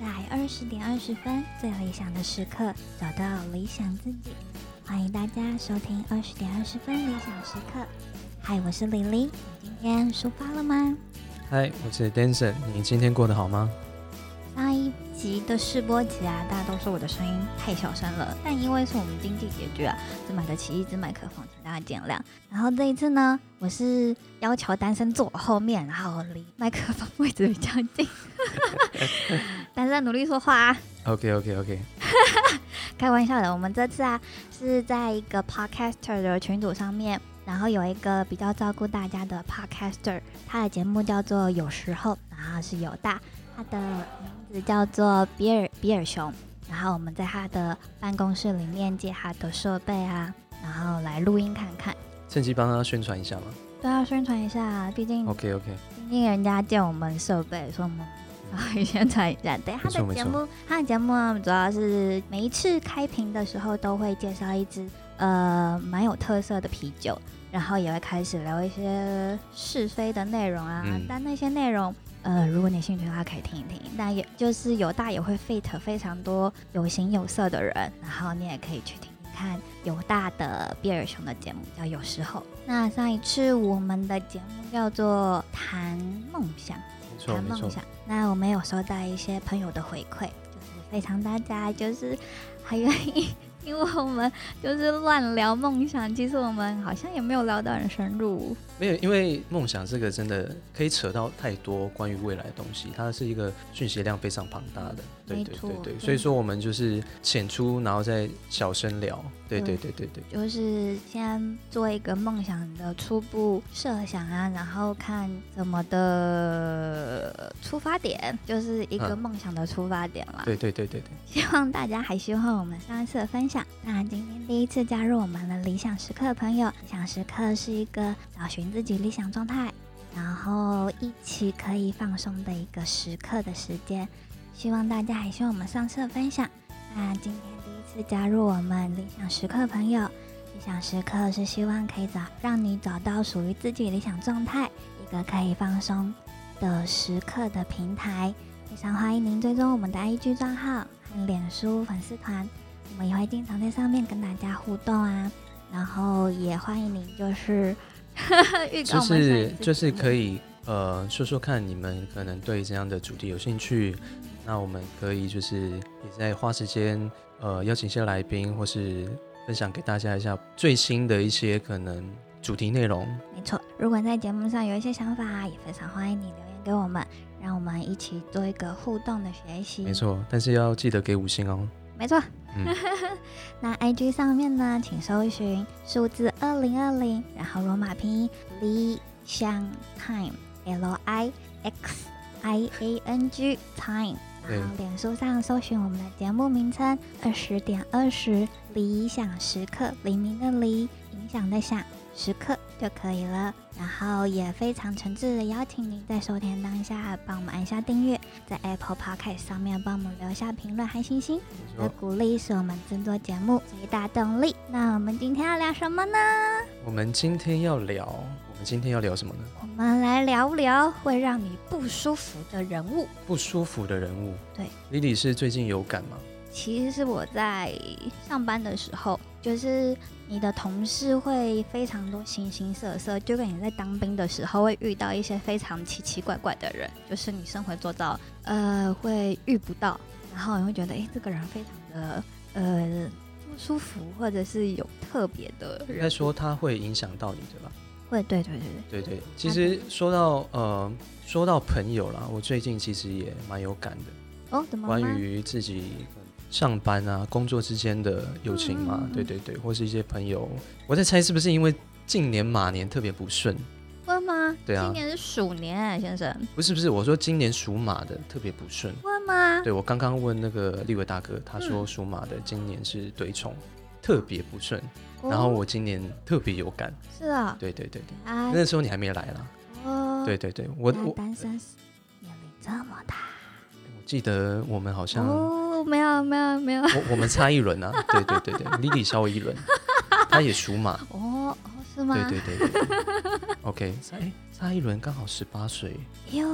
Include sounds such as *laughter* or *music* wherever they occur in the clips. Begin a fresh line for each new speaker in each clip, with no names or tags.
在二十点二十分最理想的时刻，找到理想自己。欢迎大家收听二十点二十分理想时刻。嗨，我是李玲，你今天出发了吗？
嗨，我是 Danson，你今天过得好吗？
上一集的试播集啊，大家都说我的声音太小声了，但因为是我们经济拮据啊，只买得起一支麦克风，请大家见谅。然后这一次呢，我是要求单身坐我后面，然后离麦克风位置比较近。 *laughs* 单身努力说话、啊，
OK OK OK，
开玩笑的。我们这次啊是在一个 podcaster 的群组上面，然后有一个比较照顾大家的 podcaster，他的节目叫做有时候，然后是有大，他的名字叫做比尔比尔熊。然后我们在他的办公室里面借他的设备啊，然后来录音看看，
趁机帮他宣传一下嘛。
都要宣传一下，毕竟
OK OK，
毕竟人家借我们设备，所以我们稍微宣传一下。对，他
没错
的
没
节
错
目，他的节目呢主要是每一次开瓶的时候都会介绍一支呃蛮有特色的啤酒，然后也会开始聊一些是非的内容啊。
嗯
但那些内容，呃，如果你有兴趣的话可以听一听。但也就是有大也会 fit 非常多有形有色的人，然后你也可以去听。看犹大的比尔熊的节目叫《有时候》，那上一次我们的节目叫做《谈梦想》。
没错
谈
没
梦
错
想。那我们有收到一些朋友的回馈，就是非常大家就是还愿意 *laughs* 因为我们就是乱聊梦想，其实我们好像也没有聊到很深入。
没有，因为梦想这个真的可以扯到太多关于未来的东西，它是一个讯息量非常庞大的。
嗯
对
没
对
错
对对，
对
所以说我们就是浅出，然后再小声聊。对
对
对对对对，
嗯就是先做一个梦想的初步设想啊，然后看怎么的出发点，就是一个
嗯
梦想的出发点啦。
对对对对对，
希望大家还喜欢我们上一次的分享。那今天第一次加入我们的理想时刻的朋友，理想时刻是一个找寻自己理想状态，然后一起可以放松的一个时刻的时间。希望大家还喜欢我们上次的分享。那今天第一次加入我们理想时刻的朋友，理想时刻是希望可以找让你找到属于自己理想状态，一个可以放松的时刻的平台。非常欢迎您追踪我们的 IG 账号和脸书粉丝团，我们也会经常在上面跟大家互动啊。然后也欢迎您就是 *laughs* 预告我
就
们上一
是
次
就是
节目
可以呃说说看你们可能对这样的主题有兴趣，那我们可以就是也在花时间呃邀请一些来宾，或是分享给大家一下最新的一些可能主题内容。
没错，如果在节目上有一些想法，也非常欢迎你留言给我们，让我们一起做一个互动的学习。
没，错，但是要记得给五星哦。
没错。
嗯
那 IG 上面呢，请搜寻数字二零二零，然后罗马拼音 Li Xiang Time L I X I A N G Time。
对
然后脸书上搜寻我们的节目名称“二十点二十理想时刻”，黎明的黎，影响的响，时刻就可以了。然后也非常诚挚的邀请您在收听当下帮我们按下订阅，在 Apple Podcast 上面帮我们留下评论和星星。
没
的
错，
鼓励是我们制作节目最大动力。那我们今天要聊什么呢？
我们今天要聊，我们今天要聊什么呢？
我们来聊聊会让你不舒服的人物。
不舒服的人物。
对
，Lily 是最近有感吗？
其实是我在上班的时候，就是你的同事会非常多形形色色，就跟你在当兵的时候会遇到一些非常奇奇怪怪的人，就是你生活做到呃会遇不到，然后你会觉得诶，这个人非常的呃不舒服，或者是有特别的
应该
人，
说它会影响到你，对吧？
会 *laughs* 对对对对。
对对，其实说到呃，说到朋友啦，我最近其实也蛮有感的，
哦，怎么
关
吗
于自己上班啊、工作之间的友情嘛，
嗯嗯嗯
对对对，或是一些朋友，我在猜是不是因为近年马年特别不顺？
会吗？
对啊
今年是鼠年哎，先生，
不是不是，我说今年属马的特别不顺。
会吗？
对我刚刚问那个立伟大哥，他说
嗯
属马的今年是对冲，特别不顺，
哦
然后我今年特别有感。
是啊，
对对对对，
啊，
那时候你还没来啦。
哦，
对对对，我
原来
我
单身时年龄这么大
我记得我们好像
哦，没有没有没有
*laughs* 我我们差一轮啊，对对对对，Lily 稍微一轮，她也属马，
哦哦是吗？
对对对对对 OK，差哎差一轮刚好十八岁，
哟，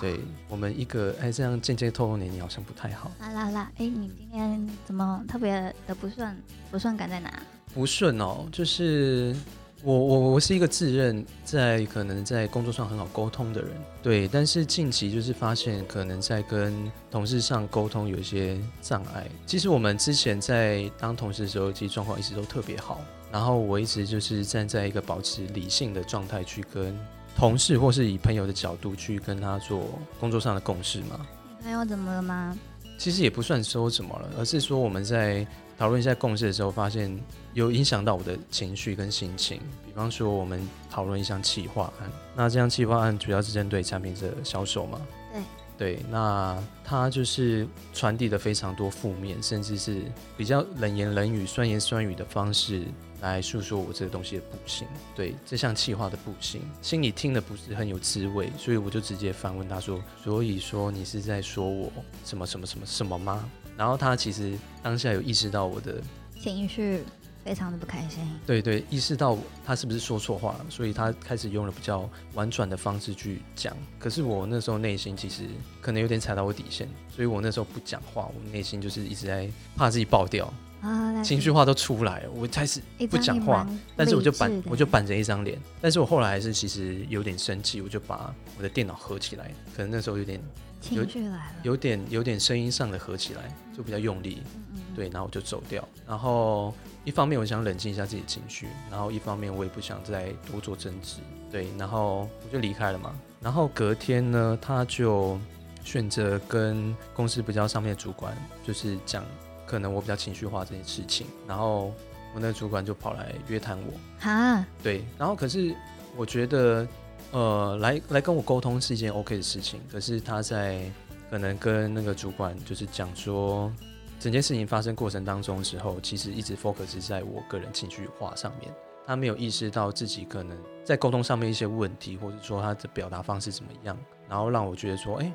对我们一个哎这样间接透露年龄好像不太好。
啦啦啦！哎，你今天怎么特别的不顺？不顺感在哪？
不顺哦，就是我我我是一个自认在可能在工作上很好沟通的人，对，但是近期就是发现可能在跟同事上沟通有一些障碍。其实我们之前在当同事的时候，其实状况一直都特别好，然后我一直就是站在一个保持理性的状态去跟。同事或是以朋友的角度去跟他做工作上的共识嘛，
你朋友怎么了吗？
其实也不算说什么了，而是说我们在讨论一下共识的时候，发现有影响到我的情绪跟心情。比方说，我们讨论一项企划案，那这项企划案主要是针对产品的销售嘛？
对。
对，那它就是传递的非常多负面，甚至是比较冷言冷语、酸言酸语的方式来诉说我这个东西的不行，对这项企划的不行，心里听的不是很有滋味，所以我就直接反问他说：“所以说你是在说我什么什么什么什么吗？”然后他其实当下有意识到我的，
情绪非常的不开心。
对对，意识到他是不是说错话了，所以他开始用了比较婉转的方式去讲。可是我那时候内心其实可能有点踩到我底线，所以我那时候不讲话，我内心就是一直在怕自己爆掉，
啊，但是
情绪化都出来了，我开始
诶
不
这样
讲
也
话
蛮
但是我就
励
板
志的
我就板着一张脸，但是我后来还是其实有点生气，我就把我的电脑合起来，可能那时候有点
嗯情绪来了。
有点有点声音上的合起来，就比较用力，
嗯嗯嗯，
对，然后我就走掉。然后一方面我想冷静一下自己的情绪，然后一方面我也不想再多做争执，对，然后我就离开了嘛。然后隔天呢，他就选择跟公司比较上面的主管，就是讲可能我比较情绪化这件事情，然后我那个主管就跑来约谈我，
哈，啊
对，然后可是我觉得，呃，来来跟我沟通是一件 OK 的事情，可是他在可能跟那个主管就是讲说，整件事情发生过程当中的时候，其实一直 focus 在我个人情绪化上面，他没有意识到自己可能在沟通上面一些问题，或者说他的表达方式怎么样，然后让我觉得说，哎，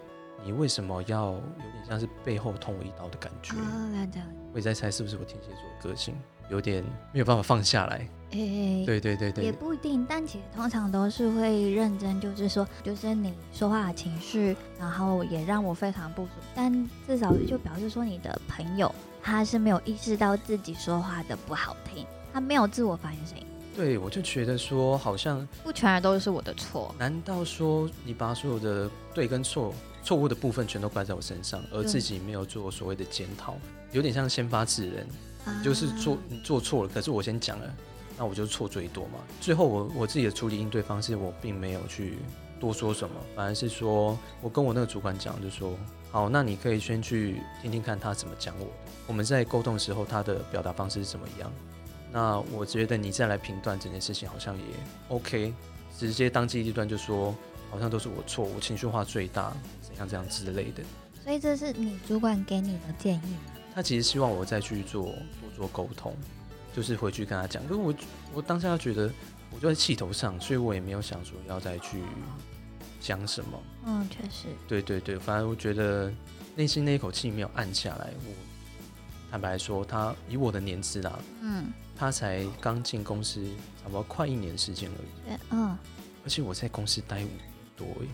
你为什么要有点像是背后捅我一刀的感觉？
啊，来讲，
我也在猜是不是我天蝎座的个性有点没有办法放下来。
哎诶，
对对对对，
也不一定，但其实通常都是会认真，就是说，就是你说话的情绪，然后也让我非常不足。但至少就表示说，你的朋友他是没有意识到自己说话的不好听，他没有自我反省，
对，我就觉得说，好像
不全然都是我的错。
难道说你把所有的对跟错、错误的部分全都怪在我身上，而
对
自己没有做所谓的检讨，有点像先发制人，
啊
你就是做你做错了，可是我先讲了，那我就错最多嘛。最后我我自己的处理应对方式，我并没有去多说什么，反而是说我跟我那个主管讲，就说好，那你可以先去听听看他怎么讲我的，我们在沟通的时候他的表达方式是怎么样。那我觉得你再来评断整件事情，好像也 OK，直接当机立断就说好像都是我错，我情绪化最大，怎样怎样之类的。
所以这是你主管给你的建议吗？
他其实希望我再去做多做沟通，就是回去跟他讲。可是我我当下觉得我就在气头上，所以我也没有想说要再去讲什么。
嗯，确实，
对对对，反正我觉得内心那一口气没有按下来。我坦白说，他以我的年资啦，
嗯，
他才刚进公司差不多快一年时间而已，
对，嗯，
而且我在公司待五年多耶，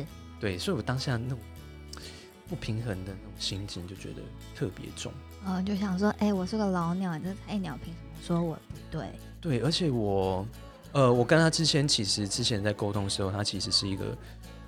是。
对，所以我当下那种不平衡的那种心情就觉得特别重。
呃，就想说，哎、我是个老鸟，你这菜鸟凭什么说我不对？
对，而且我，呃，我跟他之前其实之前在沟通的时候，他其实是一个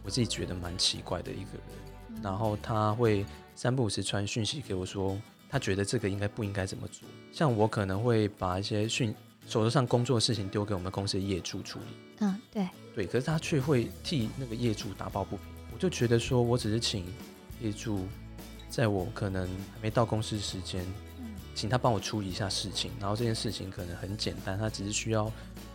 我自己觉得蛮奇怪的一个人，然后他会三不五时传讯息给我说，他觉得这个应该不应该怎么做。像我可能会把一些讯手头上工作的事情丢给我们公司的业主处理，
嗯，对，
对，可是他却会替那个业主打抱不平，我就觉得说我只是请业主在我可能还没到公司时间，
嗯
请他帮我处理一下事情，然后这件事情可能很简单，他只是需要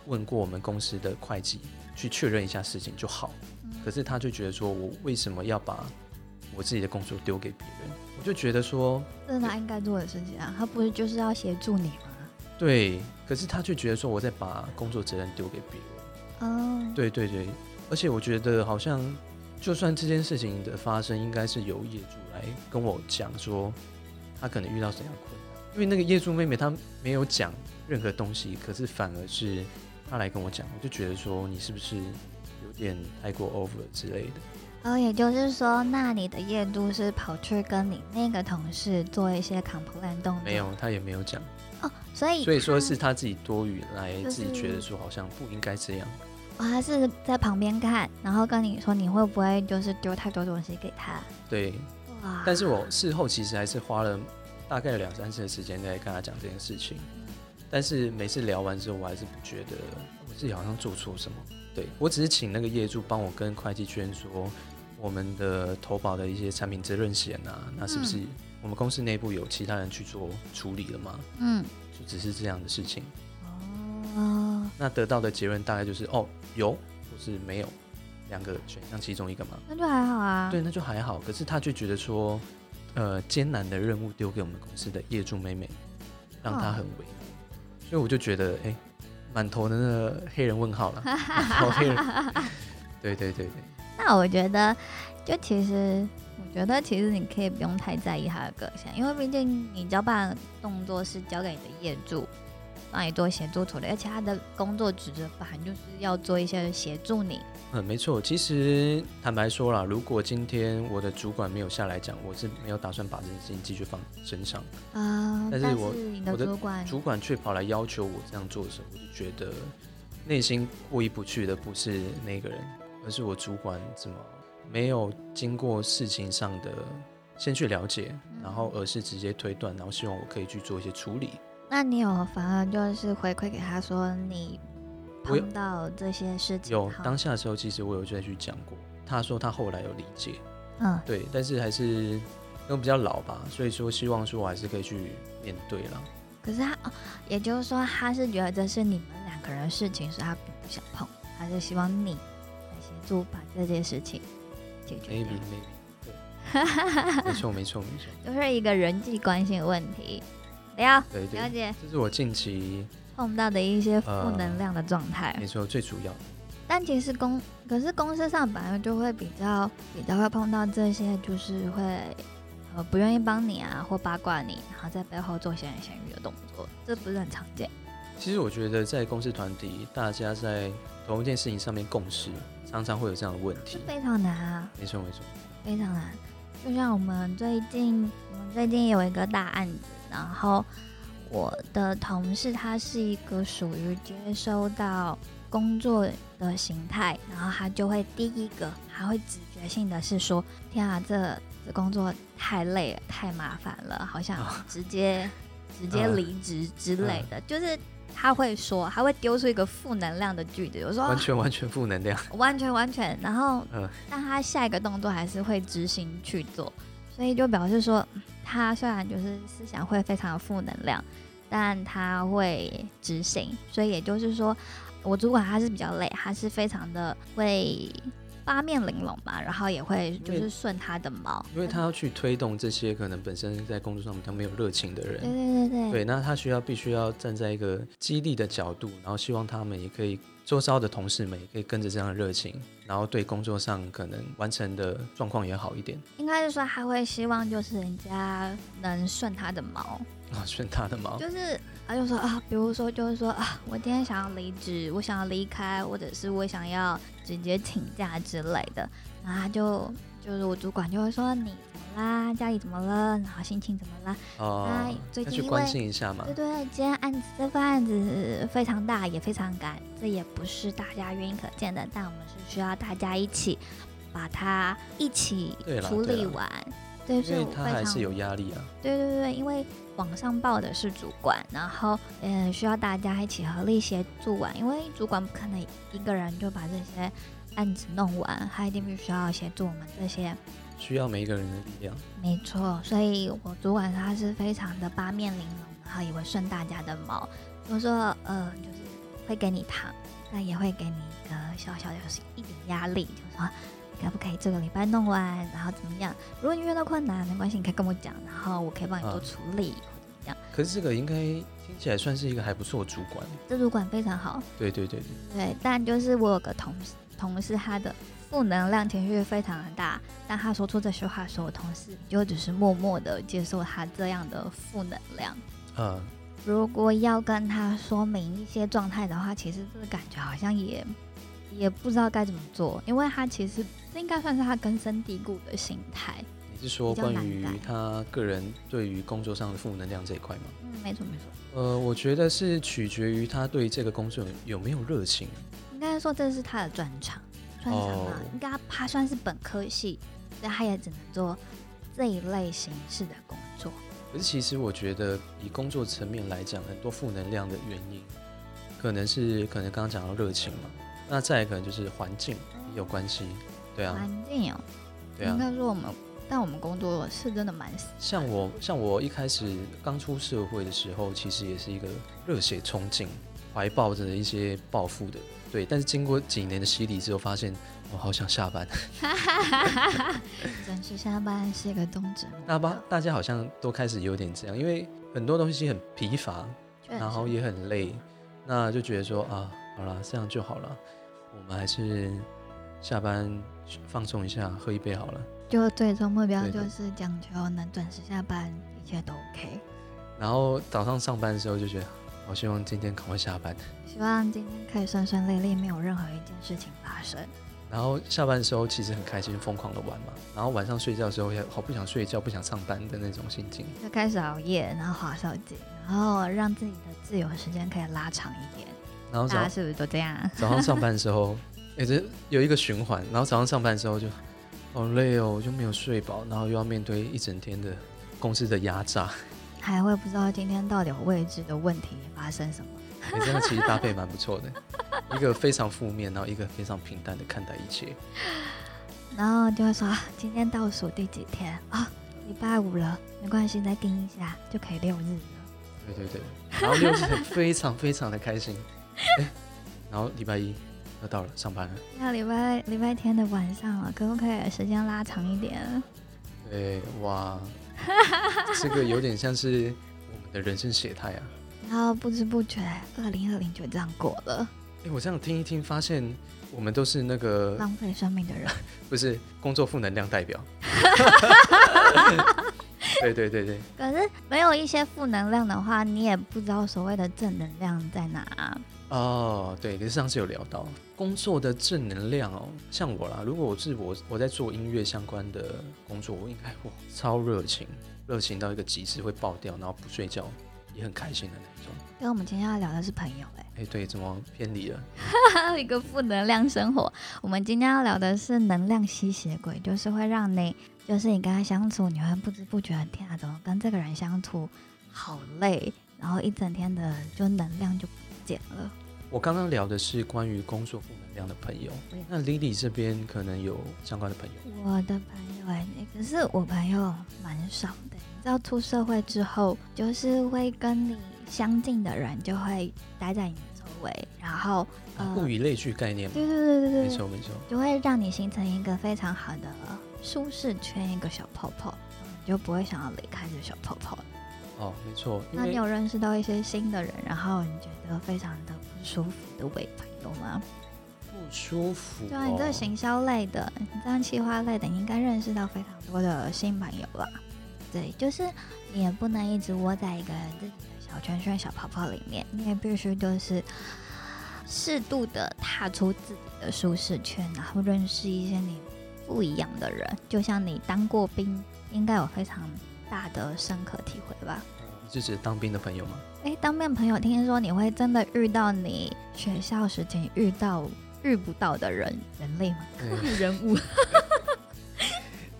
问过我们公司的会计去确认一下事情就好。
嗯
可是他就觉得说我为什么要把我自己的工作丢给别人？我就觉得说
这是他应该做的事情啊，他不是就是要协助你吗？
对，可是他却觉得说我在把工作责任丢给别人。
哦，
对对对，而且我觉得好像，就算这件事情的发生，应该是由业主来跟我讲说，他可能遇到怎样困难。因为那个业主妹妹她没有讲任何东西，可是反而是他来跟我讲，我就觉得说你是不是有点太过 over 之类的。
哦，也就是说，那你的夜度是跑去跟你那个同事做一些 complain 动作？
没有，他也没有讲，
哦，所以
所以说
他
是他自己多余来
就
自己觉
是
得说好像不应该这样。
哦他是在旁边看，然后跟你说你会不会就是丢太多东西给他？
对，
哇！
但是我事后其实还是花了大概两三次的时间在跟他讲这件事情，但是每次聊完之后，我还是不觉得我自己好像做错什么。对我只是请那个业主帮我跟会计圈说，我们的投保的一些产品责任险啊，那是不是我们公司内部有其他人去做处理了吗？
嗯，
就只是这样的事情。
哦，
那得到的结论大概就是哦有或是没有两个选项其中一个嘛。
那就还好啊。
对，那就还好。可是他就觉得说，呃，艰难的任务丢给我们公司的业主妹妹，让他
哦
很为难。所以我就觉得，哎、满头的那个黑人问号了， *laughs* 满头黑人。对对对对，
那我觉得，就其实，我觉得其实你可以不用太在意他的个性，啊因为毕竟你交办动作是交给你的业主，帮你做协助处理，而且他的工作职责本来就是要做一些协助你。
嗯，没错。其实坦白说啦，如果今天我的主管没有下来讲，我是没有打算把这件事情继续放身上。
啊、
但是
但
我
是你
我
的
的
主管
主管却跑来要求我这样做的时候，我就觉得内心过意不去的不是那个人，而是我主管怎么没有经过事情上的先去了解，
嗯
然后而是直接推断，然后希望我可以去做一些处理。
那你有反而就是回馈给他说你
我有
碰到这些事情
有
后
当下的时候，其实我有再去讲过，他说他后来有理解，
嗯
对，但是还是因为我比较老吧，所以说希望说我还是可以去面对啦。
可是他哦，也就是说他是觉得这是你们两个人的事情，所以他并不想碰，他是希望你来协助把这件事情解决
maybe
掉，
maybe，对
*laughs*
没错没错没错，
就是一个人际关系的问题。了
对对
了，解
这是我近期
碰到的一些负
呃
能量的状态，
没错，最主要
但其实公可是公司上本来就会比较比较会碰到这些，就是会呃不愿意帮你啊，或八卦你，然后在背后做闲言闲语的动作，这不是很常见。
其实我觉得在公司团体，大家在同一件事情上面共识，常常会有这样的问
这
题。
非常难啊，
没错没错，
非常难。就像我们最近，我们最近有一个大案子，然后我的同事他是一个属于接收到工作的形态，然后他就会第一个，他会直觉性的是说：“天啊，这这工作太累了，太麻烦了，好想直接、直接
嗯
离职之类的。就是他会说，他会丢出一个负能量的句子，有时候
完全完全负能量。 *laughs*
完全完全，然后，
嗯
但他下一个动作还是会执行去做，所以就表示说，嗯他虽然就是思想会非常有负能量，但他会执行，所以也就是说，我主管他是比较累，他是非常的会八面玲珑嘛，然后也会就
因
是
为
顺他的毛，
因为他要去推动这些可能本身在工作上比较没有热情的
对
人，
对对对，
对，那他需要必须要站在一个激励的角度，然后希望他们也可以周遭的同事们也可以跟着这样的热情，然后对工作上可能完成的状况也好一点。 *laughs*
应该是说他会希望就是人家能顺他的毛，
啊，顺他的毛，
就是他就说啊，比如说就是说啊，我今天想要离职，我想要离开，或者是我想要直接请假之类的，然后他就就是我主管就会说你怎么啦，家里怎么了，然后心情怎么啦，
哦
哎，最
要
近
去
因
关
为
心一下嘛
对。对，今天案子这份案子非常大，也非常赶，这也不是大家愿意可见的，但我们是需要大家一起把它一起
对啦
处
对
理
啦
完。对，
因
所以
为
我
他
非
还
常
是有压力啊，
对对对，因为网上报的是主管，然后嗯，需要大家一起合力协助啊完，因为主管不可能一个人就把这些案子弄完，他一定必须要协助我们这些。
需要每一个人的力量。
没错，所以我主管他是非常的八面玲珑，然后也会顺大家的毛，就说呃，就是会给你糖，但也会给你一个小小的就是一点压力，就说你可不可以这个礼拜弄完，然后怎么样？如果你遇到困难，没关系，你可以跟我讲，然后我可以帮你做
嗯
处理。或怎么样。
可是这个应该听起来算是一个还不错的主管。
这主管非常好，
对对对对，
对，但就是我有个同事，同事他的负能量情绪非常的大，但他说出这些话的时候，我同事就只是默默的接受他这样的负能量，
呃，
如果要跟他说明一些状态的话，其实这个感觉好像也也不知道该怎么做，因为他其实这应该算是他根深蒂固的心态。
你是说
比较
关
难
于
改
他个人对于工作上的负能量这一块吗？
嗯，没错没错，
呃，我觉得是取决于他对这个工作有没有热情。
应该说这是他的专长，专长嘛，
哦
应该他他算是本科系，所以他也只能做这一类形式的工作。
可是其实我觉得，以工作层面来讲，很多负能量的原因，可能是可能刚刚讲到热情嘛，那再来可能就是环境也哎有关系。对啊，
环境哦，
对啊
应。该说我们，但我们工作是真的蛮
像我像我一开始刚出社会的时候，其实也是一个热血冲劲，怀抱着一些抱负的。对，但是经过几年的洗礼之后，发现我好想下班。 *laughs*
准时下班是一个宗旨。
大家大家好像都开始有点这样，因为很多东西很疲乏，
确实
然后也很累，那就觉得说啊，好啦，这样就好了，我们还是下班放松一下，喝一杯好了。
就最终目标
对对
就是讲求能准时下班，一切都 OK。
然后早上上班的时候就觉得，我希望今天赶快下班。
希望今天可以顺顺利利，没有任何一件事情发生。
然后下班的时候其实很开心，疯狂的玩嘛。然后晚上睡觉的时候也好不想睡觉，不想上班的那种心情。
就开始熬夜，然后划手机，然后让自己的自由时间可以拉长一点。
然后早
大
啊
家是不是都这样？
*laughs* 早上上班的时候，也、这有一个循环。然后早上上班的时候就好累哦，我就没有睡饱，然后又要面对一整天的公司的压榨。 *laughs*
还会不知道今天到底有未知的问题发生什么。
哎，这样其实搭配蛮不错的，一个非常负面，然后一个非常平淡的看待一切。
然后就会说啊今天倒数第几天啊、礼拜五了，没关系，再定一下就可以六日了。
对对对，然后六日很非常非常的开心。哎，然后礼拜一要到了，上班了。
那礼拜礼拜天的晚上了，可不可以时间拉长一点？
对，哇，这个有点像是我们的人生写 *laughs* 态啊。
然后不知不觉，二零二零就这样过了，
哎，我这样听一听，发现我们都是那个
浪费生命的人。
不是工作负能量代表。对对对对，
可是没有一些负能量的话，你也不知道所谓的正能量在哪、
哦，对，可是上次有聊到工作的正能量哦，像我啦，如果我是我我在做音乐相关的工作，我应该哇超热情，热情到一个极致会爆掉，然后不睡觉也很开心的那种。
跟我们今天要聊的是朋友、欸，
哎，对，怎么偏离了？
还有一个负能量生活。我们今天要聊的是能量吸血鬼，就是会让你，就是你跟他相处，你会不知不觉地天啊，怎么跟这个人相处好累，然后一整天的就能量就不见了。
我刚刚聊的是关于工作负能量的朋友，那 Lily 这边可能有相关的朋友。
我的朋友哎、可是我朋友蛮少的、你知道出社会之后，就是会跟你相近的人就会待在你周围，然后呃，
啊物以类聚概念嘛，
对对对对对，
没错没错。
就会让你形成一个非常好的舒适圈，一个小泡泡，你就不会想要离开这个小泡泡。
哦，没错，因
那你
为
有认识到一些新的人，然后你觉得非常的不舒服的为朋友吗？
不舒服、哦。
对啊，你这行销类的，你这样企划类的，你应该认识到非常多的新朋友吧？对，就是你也不能一直窝在一个自己的小圈圈、小泡泡里面，你也必须就是适度的踏出自己的舒适圈，然后认识一些你不一样的人。就像你当过兵，应该有非常大的深刻体会吧？
哎你是指当兵的朋友吗？ *laughs*
哎，当面朋友听说你会真的遇到你学校时期遇到遇不到的人人类吗？
嗯，
人物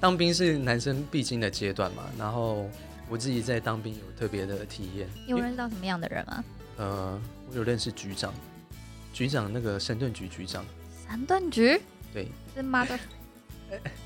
当兵是男生必经的阶段嘛。然后我自己在当兵有特别的体验，
你有认识到什么样的人吗？
呃，我有认识局长，局长那个神盾局局长，
神盾局
对，
是妈
*laughs*
的，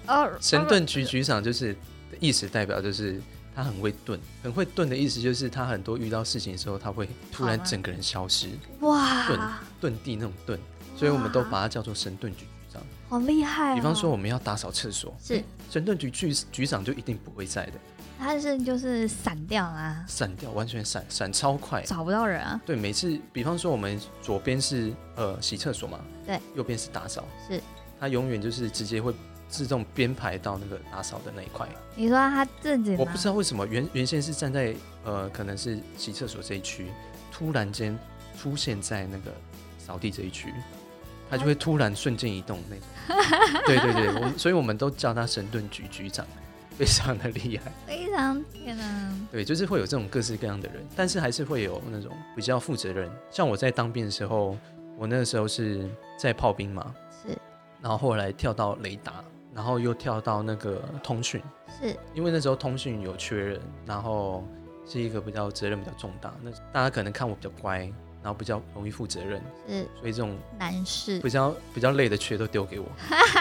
哦，
神盾局局长就是意思代表就是他很会盾，很会盾的意思就是他很多遇到事情的时候，他会突然
好啊
整个人消失，盾
哇，
遁地那种遁，所以我们都把它叫做神盾局局长。
好厉害、哦。
比方说我们要打扫厕所，
是
神盾局局局长就一定不会在的，
他是就是散掉啊，
闪掉，完全闪闪超快。
找不到人啊，
对，每次比方说我们左边是呃洗厕所嘛，
对，
右边是打扫，
是
他永远就是直接会自动编排到那个打扫的那一块。
你说他自己吗？
我不知道为什么原原先是站在呃可能是洗厕所这一区，突然间出现在那个扫地这一区，他就会突然瞬间移动那种。
*laughs*
对对对，我所以我们都叫他神盾局局长，非常的厉害。
非常天哪！
啊
对，就是会有这种各式各样的人，但是还是会有那种比较负责任。像我在当兵的时候，我那个时候是在炮兵嘛，
是
然后后来跳到雷达，然后又跳到那个通讯，
是，
因为那时候通讯有缺人，然后是一个比较责任比较重大，那大家可能看我比较乖，然后比较容易负责任，
是
所以这种
男士
比较比较累的缺都丢给我，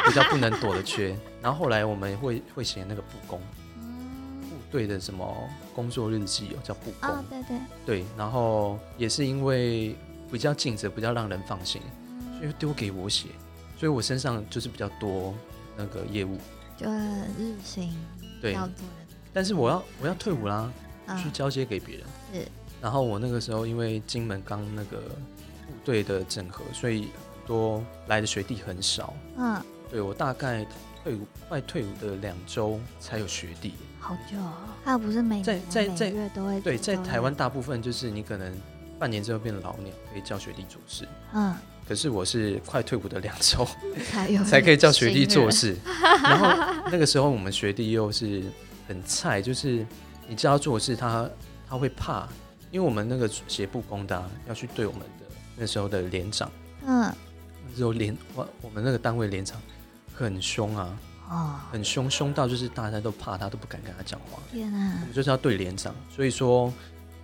比较不能躲的缺。然后后来我们会会写那个布工部
嗯，
队的什么工作日记哦，叫布工，
啊
哦，对对，
对，然后也是因为比较尽责，比较让人放心，所以丢给我写，所以我身上就是比较多那个业务，
就日行
对，
要做的，
但是我要我要退伍啦。去
嗯，
交接给别人。
是
然后我那个时候因为金门刚那个部队的整合，所以很多来的学弟很少。
嗯，
对我大概退伍快退伍的两周才有学弟。
嗯
好久、哦，他不是每
在
年
在在
每月都会
对，在
做
台
嗯
湾，大部分就是你可能半年之后变老鸟，可以叫学弟做事。
嗯，
可是我是快退伍的两周 *laughs*
才有
才可以叫学弟做
新人，
事。 *laughs* 然后那个时候我们学弟又是很菜，就是你叫他做事，他他会怕，因为我们那个协部工的啊、要去对我们的那时候的连长，
嗯，
那时候连我我们那个单位连长很凶啊，
哦，
很凶，凶到就是大家都怕他，都不敢跟他讲话。
天
啊
我
哪，
们就是要对连长，所以说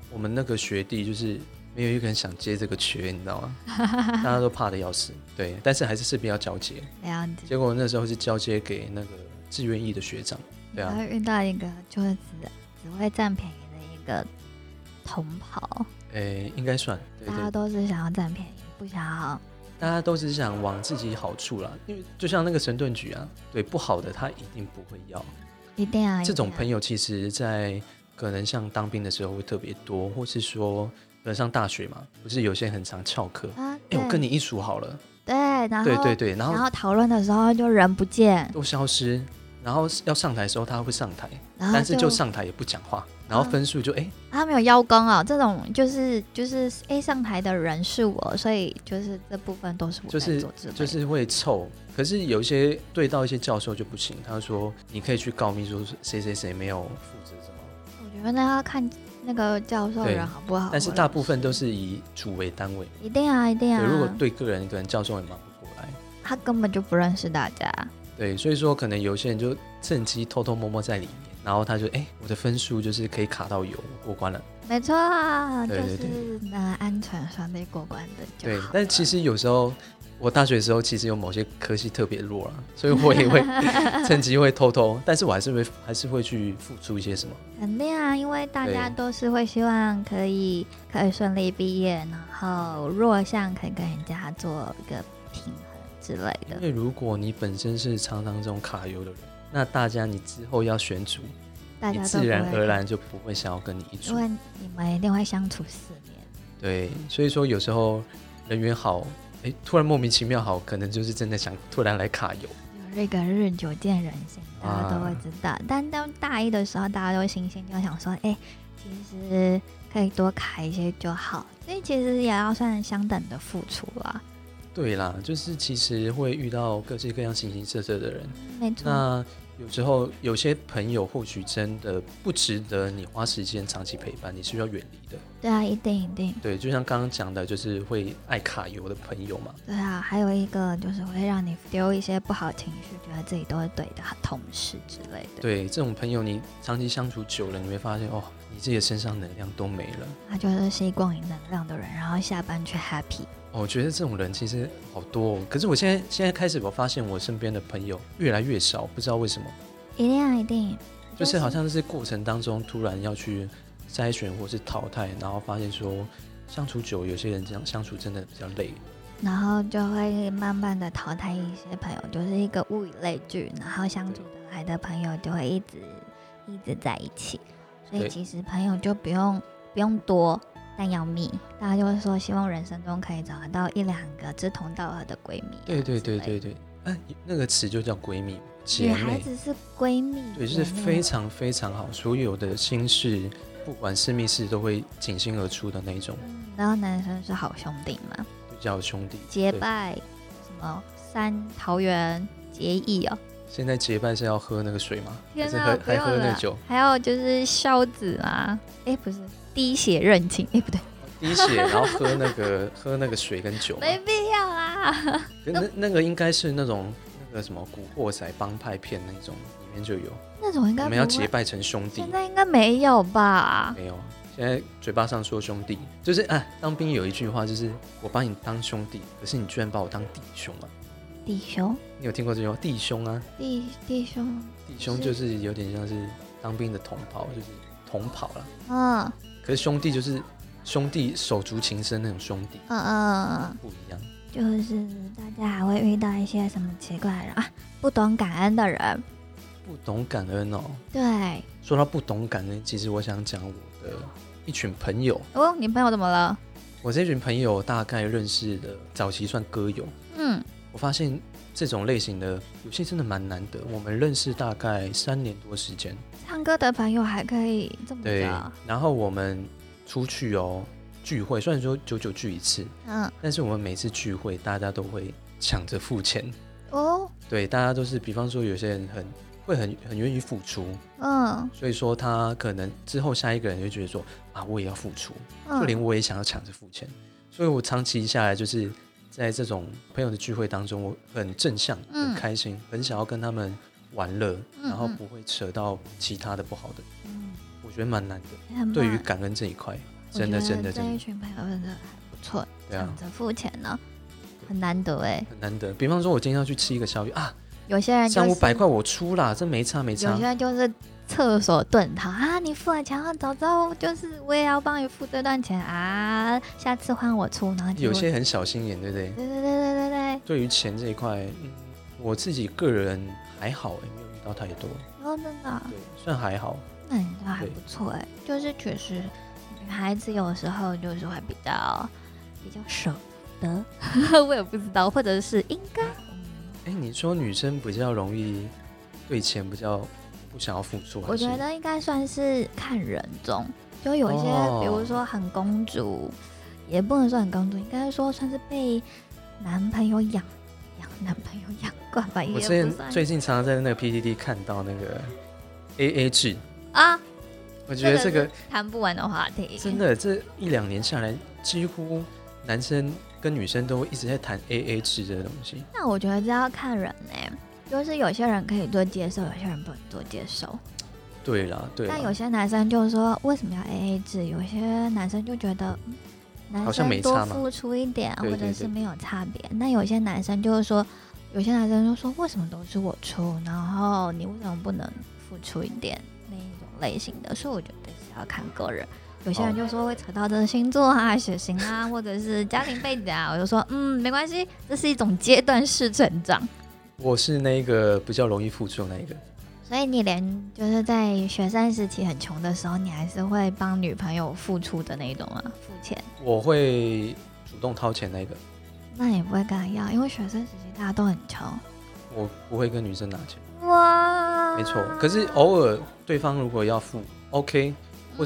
我们那个学弟就是没有一个人想接这个缺，你知道吗？大家都怕的要死。对，但是还是势必要交接。
了解。
结果那时候是交接给那个志愿役的学长，对
你
哎
啊，
会遇到一个就是只只会占便宜的一个同袍，
诶、应该算，对
大家
对，
都是想要占便宜，不想要，
大家都只是想往自己好处啦，因为就像那个神盾局啊，对不好的他一定不会要。
一定要
这种
友，
朋友其实，在可能像当兵的时候会特别多，或是说，可能上大学嘛，不是有些很常翘课，
啊，
哎、
对
我跟你一组好了，
对，然后
对对对，然
然
后
后讨论的时候就人不见，
都消失，然后要上台的时候他会上台，
然后嗯
但是就上台也不讲话，然后分数就哎、
他没有邀功哦。这种就是就是哎，上台的人是我，所以就是这部分都是我
就
在
是
做之类的，
就是会臭。可是有一些对到一些教授就不行，他说你可以去告密，说谁谁谁没有负责什
我
么。
觉得那要看那个教授
对
人好不好，
但是大部分都是以主为单位，
一定啊，一定啊
嗯
对，，如果对个人，可能教授也忙不过来。
他根本就不认识大家，
对，所以说可能有些人就趁机偷偷摸摸在里面，然后他就哎、我的分数就是可以卡到油，我过关了。
没错啊，就
对对
是能安全顺利过关的就
对
好，
但其
了
实有时候我大学的时候，其实有某些科系特别弱了，所以我也
*laughs*
会趁机会偷偷，但是我还是会还是会去付出一些什么。
肯定啊，因为大家
对
都是会希望可以可以顺利毕业，然后弱项可以跟人家做一个平衡之类
因
的。
为如果你本身是常常这种卡油的人，那大家你之后要选组，
大
你
家都
自
不
然
会
而，然就不会想要跟你一
因
组。
为你们一定会相处四年。
对，所以说有时候人缘好，哎，突然莫名其妙好，可能就是真的想突然来卡油。
有这个日久见人心，大
啊
家都会知道。但当大一的时候，大家都会心心就想说，哎、其实可以多卡一些就好。所以其实也要算相等的付出啊啦。
对啦，就是其实会遇到各式各样形形色色的人。
没错，
那有时候有些朋友或许真的不值得你花时间长期陪伴，你是要远离的。
对啊，一定一定，
对，就像刚刚讲的，就是会爱卡油的朋友嘛。
对啊。还有一个就是会让你丢一些不好情绪，觉得自己都是对的同事之类的，
对，这种朋友你长期相处久了，你会发现哦，你自己的身上能量都没了。
他就是吸光你能量的人，然后下班去 happy。
哦，我觉得这种人其实好多、哦，可是我现在现在开始，我发现我身边的朋友越来越少，不知道为什么，
一定啊，一定，
就是好像是过程当中突然要去筛选或是淘汰，然后发现说相处久，有些人这样相处真的比较累。
然后就会慢慢的淘汰一些朋友，就是一个物以类聚，然后相处得来的朋友就会一直一直在一起，所以
对
其实朋友就不用不用多，但要密，大家就会说希望人生中可以找得到一两个志同道合的闺蜜啊之类
对
的。
对对对对，哎、那个词就叫闺蜜
女
姐
孩
妹，
子是闺蜜，
对，就
姐
是
妹
非常非常好，所有的心事，不管是密事都会挺身而出的那种，
嗯然后男生是好兄弟嘛，
就叫兄弟
结
对
拜什么三桃园结义哦，
现在结拜是要喝那个水吗？还
天
是
啊，
喝
不
还
用
喝那
了
酒？。
还有就是孝子啊，哎、不是滴血认亲，哎、不
*laughs*
对，
滴血，然后喝那个 *laughs* 喝那个水跟酒吗。
没必要啊啦。
可那那个应该是那种那个什么古惑仔帮派片那种，里面就有。
那种应该不
我们要结
会，
拜成兄弟
现，在应该没有吧？
没有。现在嘴巴上说兄弟，就是啊，当兵有一句话就是我把你当兄弟，可是你居然把我当弟兄啊！
弟兄，
你有听过这句话？弟兄啊，
弟弟兄，
弟兄就是有点像是当兵的同袍，就是同袍啦。
嗯
可是兄弟就是兄弟手足情深那种兄弟，
嗯嗯，
不一样。
就是大家还会遇到一些什么奇怪的人啊，不懂感恩的人，
不懂感恩哦，
对。
说到不懂感恩，其实我想讲我的一群朋友，
哦，你朋友怎么了？
我这群朋友大概认识的早期算歌友，
嗯，
我发现这种类型的有些真的蛮难得。我们认识大概三年多时间，
唱歌的朋友还可以这么
对
着，，
然后我们出去哦聚会，虽然说久久聚一次，
嗯，
但是我们每次聚会大家都会抢着付钱，
哦，
对，大家都是，比方说有些人很会很很愿意付出，
嗯，
所以说他可能之后下一个人就觉得说啊我也要付出，
嗯
就连我也想要抢着付钱，所以我长期下来就是在这种朋友的聚会当中，我很正向、
嗯
很开心，很想要跟他们玩乐，
嗯
然后
嗯
不会扯到其他的不好的，
嗯
我觉得蛮难的。
很
对于
棒
感恩这一块，
我
真的
觉得
真的
这
真
一
的
群朋友真的还不错，
对啊
抢着付钱呢，很难得哎。
很难得。比方说，我今天要去吃一个宵夜啊，
有些人就
三
是
五百块我出啦，这没差没
有
差
些。人就是厕所遁逃啊，你付了钱后，早知道就是我也要帮你付这段钱啊，下次换我出，然后结
有
果
些很小心眼，对不对？
对对对对对对，
对于钱这一块，嗯，我自己个人还好、欸，没有遇到太多，
哦真的啊，
对，算还好。
那你倒还
对
不错哎，就是确实女孩子有时候就是会比较比较舍不得， *laughs* 我也不知道，或者是应该
哎、你说女生比较容易对钱比较不想要付出，
我
还是
觉得应该算是看人中，就有一些，
哦
比如说很公主，也不能说很公主，应该说算是被男朋友养养男朋友养惯吧，也
我
不
之
算
前最近常常在那个 PDD 看到那个 AA 制，
啊，
我觉得这
这
个
是谈不完的话题，
真的这一两年下来，几乎男生跟女生都一直在谈 AA 制这个东西。
那我觉得这要看人呢、就是有些人可以做接受，有些人不能做接受。
对啦，对啊
但有
啦，
些男生就说为什么要 A A 制，有些男生就觉得、嗯、男
好像
生
没
多
差嘛
付出一点，
对对
或者是没有差别。那有些男生就是说，有些男生就说为什么都是我出，然后你为什么不能付出一点那一种类型的？所以我觉得是要看个人。有些人就说会扯到这个星座啊、血型啊，或者是家庭背景啊，我就说嗯，没关系，这是一种阶段式成长。
我是那个比较容易付出的那一个，
所以你连就是在学生时期很穷的时候，你还是会帮女朋友付出的那一种啊，付钱。
我会主动掏钱那一个，
那你不会跟他要，因为学生时期大家都很穷。
我不会跟女生拿钱。
哇
没错，可是偶尔对方如果要付，OK，或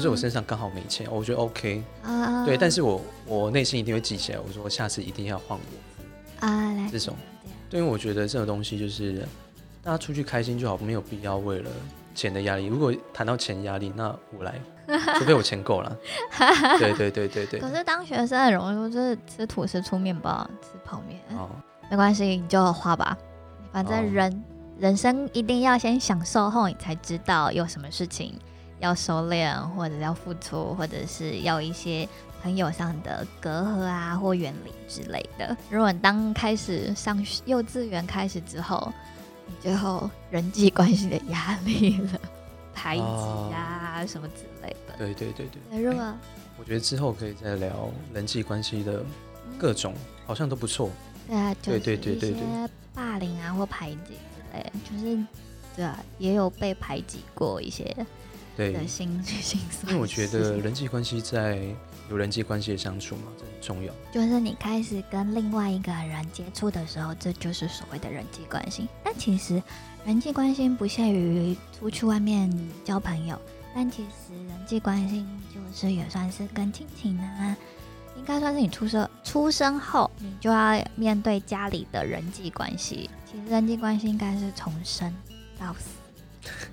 嗯
者我身上刚好没钱，我觉得 OK，
啊
对，但
是
是我我内心一定会记起来，我说下次一定要换我，
啊，来
这种对，因为我觉得这种东西就是大家出去开心就好，没有必要为了钱的压力。如果谈到钱压力，那我来，除非我钱
*laughs*
够了。对对对对对
可，是当学生很容易就是吃吐司、出面包、吃泡面，
哦，
没关系，你就花吧。反
哦
正人、人生一定要先享受后，你才知道有什么事情要收敛，或者要付出，或者是要一些朋友上的隔阂啊或远离之类的。如果你当开始上学幼稚园开始之后，你最后人际关系的压力了，排挤啊、什么之类的。
对对对对，
对，如果、
我觉得之后可以再聊人际关系的各种，好像都不错。
对啊，就
对对
是
对
一
对对
些霸凌啊或排挤之类的，就是对啊，也有被排挤过一些
对，
的心 *laughs* 心酸。
因为我觉
*laughs*
得人际关系在有人际关系的相处嘛，这很重要。
就是你开始跟另外一个人接触的时候，这就是所谓的人际关系。但其实人际关系不限于出去外面交朋友，但其实人际关系就是也算是跟亲情啊，应该算是你出生出生后，你就要面对家里的人际关系。其实人际关系应该是从生到死，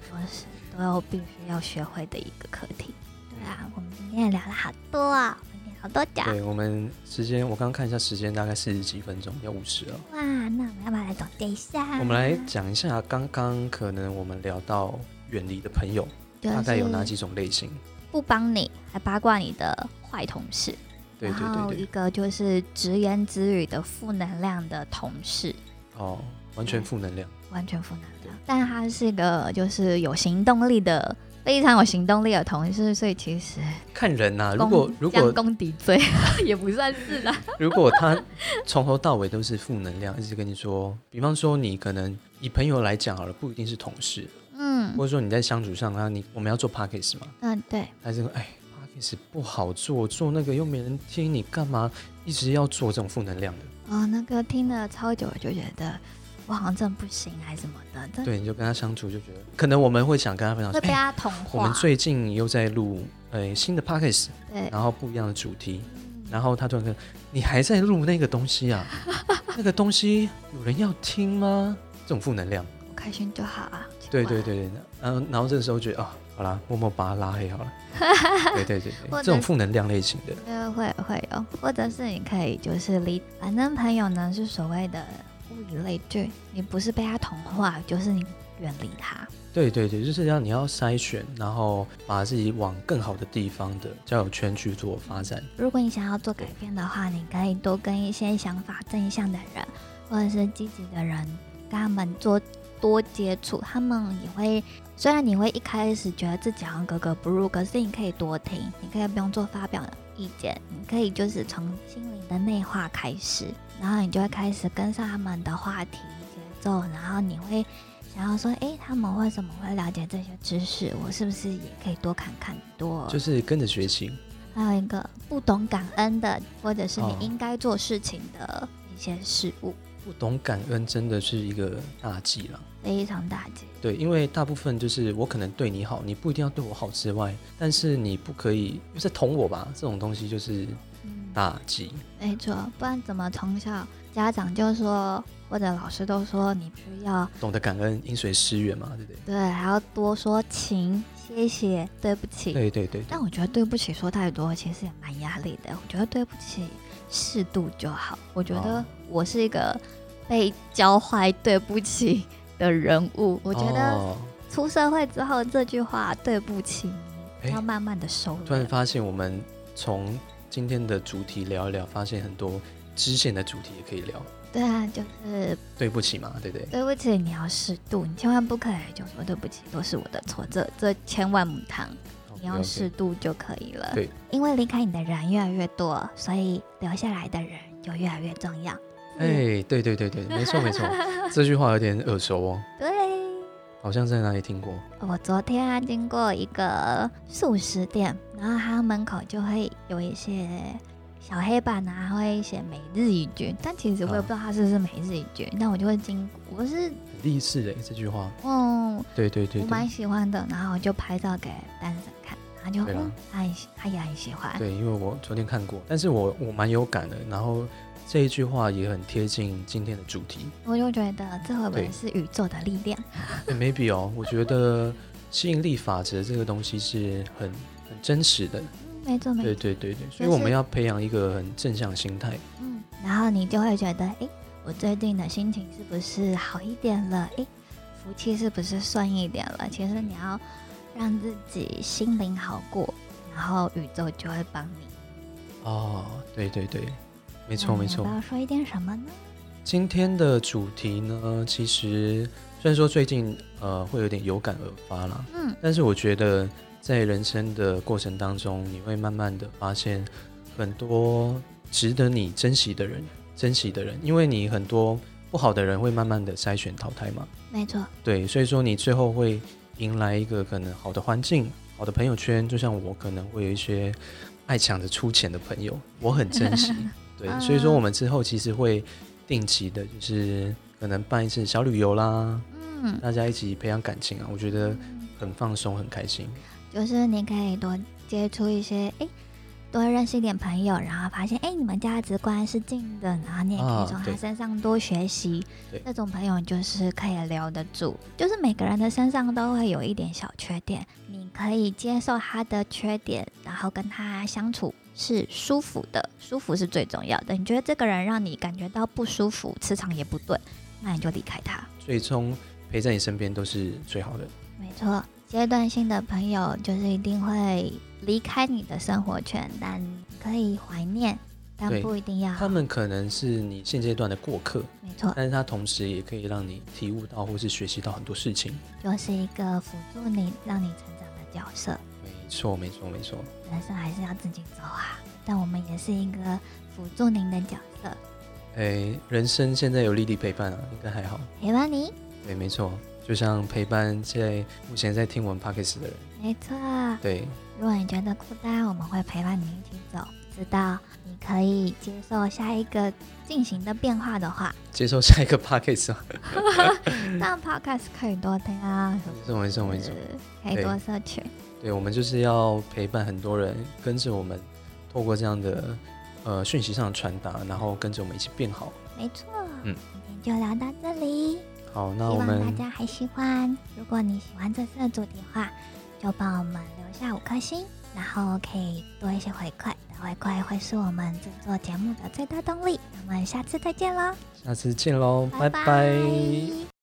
都是都要必须要学会的一个课题。对啊，我们今天也聊了好多、啊，我们聊好多讲。
对我们时间，我刚刚看一下时间，大概四十几分钟，要五十了。
哇，那我们要不要来总结一下？
我们来讲一下刚刚可能我们聊到远离的朋友，
就是
大概有哪几种类型？
不帮你，还八卦你的坏同事。
对对
然后
对
一
对，
个就是直言直语的负能量的同事，
哦，完全负能量。
完全负能量。但他是一个就是有行动力的，非常有行动力的同事，所以其实
看人呐、呃如
攻
果如
将
果
功抵罪 *laughs* 也不算是啦。
*laughs* 如果他从头到尾都是负能量，一直跟你说，比方说你可能以朋友来讲好了，不一定是同事，
嗯
或者说你在相处上啊，你我们要做 p a c k a g e 嘛，
嗯，对，
还是哎 p a c k a g e 不好做，做那个又没人听，你干嘛一直要做这种负能量的？
哦，那个听了超久就觉得我好像真的不行还是什么的，真的
对，你就跟他相处就觉得，可能我们会想跟他分享
嗯会
说，
被
哎、
他同
我
化。
们最近又在录呃新的 p a c k a g e
对，嗯
然后不一样的主题，然后他突然跟你还在录那个东西
*laughs*
啊，那个东西有人要听吗？这种负能量。
我开心就好啊。奇
对
怪
对，对对，然后然后这个时候觉得啊，好啦，默默把他拉黑好
*laughs*
了。对对对对，
或者
这种负能量类型的，
因为会会有，或者是你可以就是离，反正朋友呢是所谓的物以类聚，你不是被他同化，就是你远离他。
对对对，就是要你要筛选，然后把自己往更好的地方的交友圈去做发展。
如果你想要做改变的话，你可以多跟一些想法正向的人，或者是积极的人，跟他们做多接触，他们也会。虽然你会一开始觉得自己好像格格不入，可是你可以多听，你可以不用做发表的意见，你可以就是从心灵的内化开始，然后你就会开始跟上他们的话题节奏，然后你会想要说，诶，他们为什么会了解这些知识？我是不是也可以多看看多？
就是跟着学习，
还有一个不懂感恩的，或者是你
哦
应该做事情的一些事物，
不懂感恩真的是一个大忌啦。
非常大忌。
对，因为大部分就是我可能对你好，你不一定要对我好之外，但是你不可以就是捅我吧，这种东西就是
嗯，
大忌。
没错，不然怎么从小家长就说，或者老师都说你需要
懂得感恩，因随施缘嘛，对不对？
对，还要多说请、谢谢、对不起。
对对对对
但我觉得对不起说太多，其实也蛮压力的。我觉得对不起适度就好。我觉得
哦
我是一个被教坏对不起的人物，我觉得
哦
出社会之后，这句话对不起
哎
你，要慢慢的收
突然
敛。
发现，我们从今天的主题聊一聊，发现很多支线的主题也可以聊。
对啊，就是
对不起嘛，对不对？
对不起，你要适度，你千万不可以就说对不起，都是我的错，这这千万母汤，你要
OK，OK
适度就可以了。
对，
因为离开你的人越来越多，所以留下来的人就越来越重要。嗯
哎、对对
*laughs*
对对，没错没错，这句话有点耳熟哦，
对，
好像在哪里听过。
我昨天啊经过一个素食店，然后它门口就会有一些小黑板啊，会写每日一句，但其实我也
啊
不知道它是不是每日一句，但我就会经过，我是
很励志哎，这句话，
嗯，
对对对
我蛮
对，
喜欢的，然后我就拍照给丹神看，然后就
对啦
嗯，他也喜他也很喜欢，
对，因为我昨天看过，但是我我蛮有感的，然后这一句话也很贴近今天的主题、
*laughs* 我就觉得这会不会
对
是宇宙的力量？
哎 m a y b e 哦，我觉得吸引力法则这个东西是很很真实的，
嗯没错没
对
错，
对对对，所
就
以我
是
们要培养一个很正向的心态。
嗯，然后你就会觉得，诶，我最近的心情是不是好一点了？诶，福气是不是顺一点了？其实你要让自己心灵好过，然后宇宙就会帮你。
哦，对对对，没
没
错没
嗯
错
要不。要说一点什么呢？
今天的主题呢，其实虽然说最近呃会有点有感而发啦，
嗯，
但是我觉得在人生的过程当中，你会慢慢的发现很多值得你珍惜的人，珍惜的人，因为你很多不好的人会慢慢的筛选淘汰嘛，
没错，
对，所以说你最后会迎来一个可能好的环境、好的朋友圈，就像我可能会有一些爱抢着出钱的朋友，我很珍惜。对，所以说我们之后其实会定期的，就是可能办一次小旅游啦，
嗯，
大家一起培养感情啊，我觉得很放松，很开心。
就是你可以多接触一些，哎，多认识一点朋友，然后发现，哎，你们价值观是近的，然后你也可
啊
以从他
对
身上多学习。
对
这种朋友就是可以聊得住，就是每个人的身上都会有一点小缺点，你可以接受他的缺点，然后跟他相处。是舒服的，舒服是最重要的。你觉得这个人让你感觉到不舒服，磁场也不对，那你就离开他。
最终陪在你身边都是最好的。
没错，阶段性的朋友就是一定会离开你的生活圈，但可以怀念，但
对
不一定要。
他们可能是你现阶段的过客，
没错，
但是他同时也可以让你体悟到或是学习到很多事情。
就是一个辅助你、让你成长的角色。
没错，没错，没错。
人生还是要自己走啊，但我们也是一个辅助您的角色，
哎，人生现在有莉莉陪伴啊，应该还好。
陪伴你。
对，没错，就像陪伴现在目前在听我们 podcast 的人，
没错，
对，
如果你觉得孤单，我们会陪伴你一起走，直到你可以接受下一个进行的变化的话，
接受下一个 *laughs* podcast 啊。
那 podcast 可以多听啊，
没错，没错，没
是
错。
可以多摄取。
对，我们就是要陪伴很多人，跟着我们，透过这样的呃讯息上的传达，然后跟着我们一起变好。
没错，
嗯
今天就聊到这里，希
好，那我
望
们
大家还喜欢。如果你喜欢这次的主题的话，就帮我们留下五颗星，然后可以多一些回馈，回馈会是我们制作节目的最大动力。我们下次再见喽，
下次见喽，拜
拜
拜